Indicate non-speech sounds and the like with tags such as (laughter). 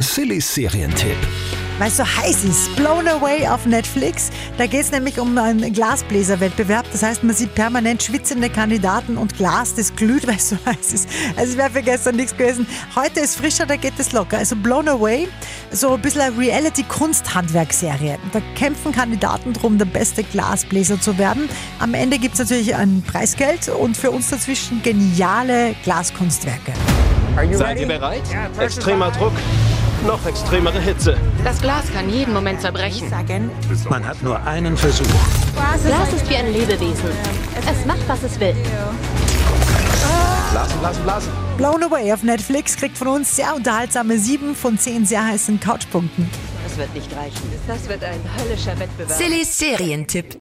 Silly Serientipp. weil es so heiß ist. Blown Away auf Netflix. Da geht es nämlich um einen Glasbläserwettbewerb. Das heißt, man sieht permanent schwitzende Kandidaten und Glas, das glüht, (laughs) weil es so heiß ist. Also wäre für gestern nichts gewesen. Heute ist frischer, da geht es locker. Also Blown Away, so ein bisschen eine Reality-Kunsthandwerkserie. Da kämpfen Kandidaten drum, der beste Glasbläser zu werden. Am Ende gibt es natürlich ein Preisgeld und für uns dazwischen geniale Glaskunstwerke. Seid ihr bereit? Extremer Druck, noch extremere Hitze. Das Glas kann jeden Moment zerbrechen. Man hat nur einen Versuch. Glas ist wie ein Lebewesen. Es macht, was es will. Blasen, blasen, blasen. Blown Away auf Netflix kriegt von uns sehr unterhaltsame 7 von 10 sehr heißen Couchpunkten. Das wird ein höllischer Wettbewerb. Silly Serientipp.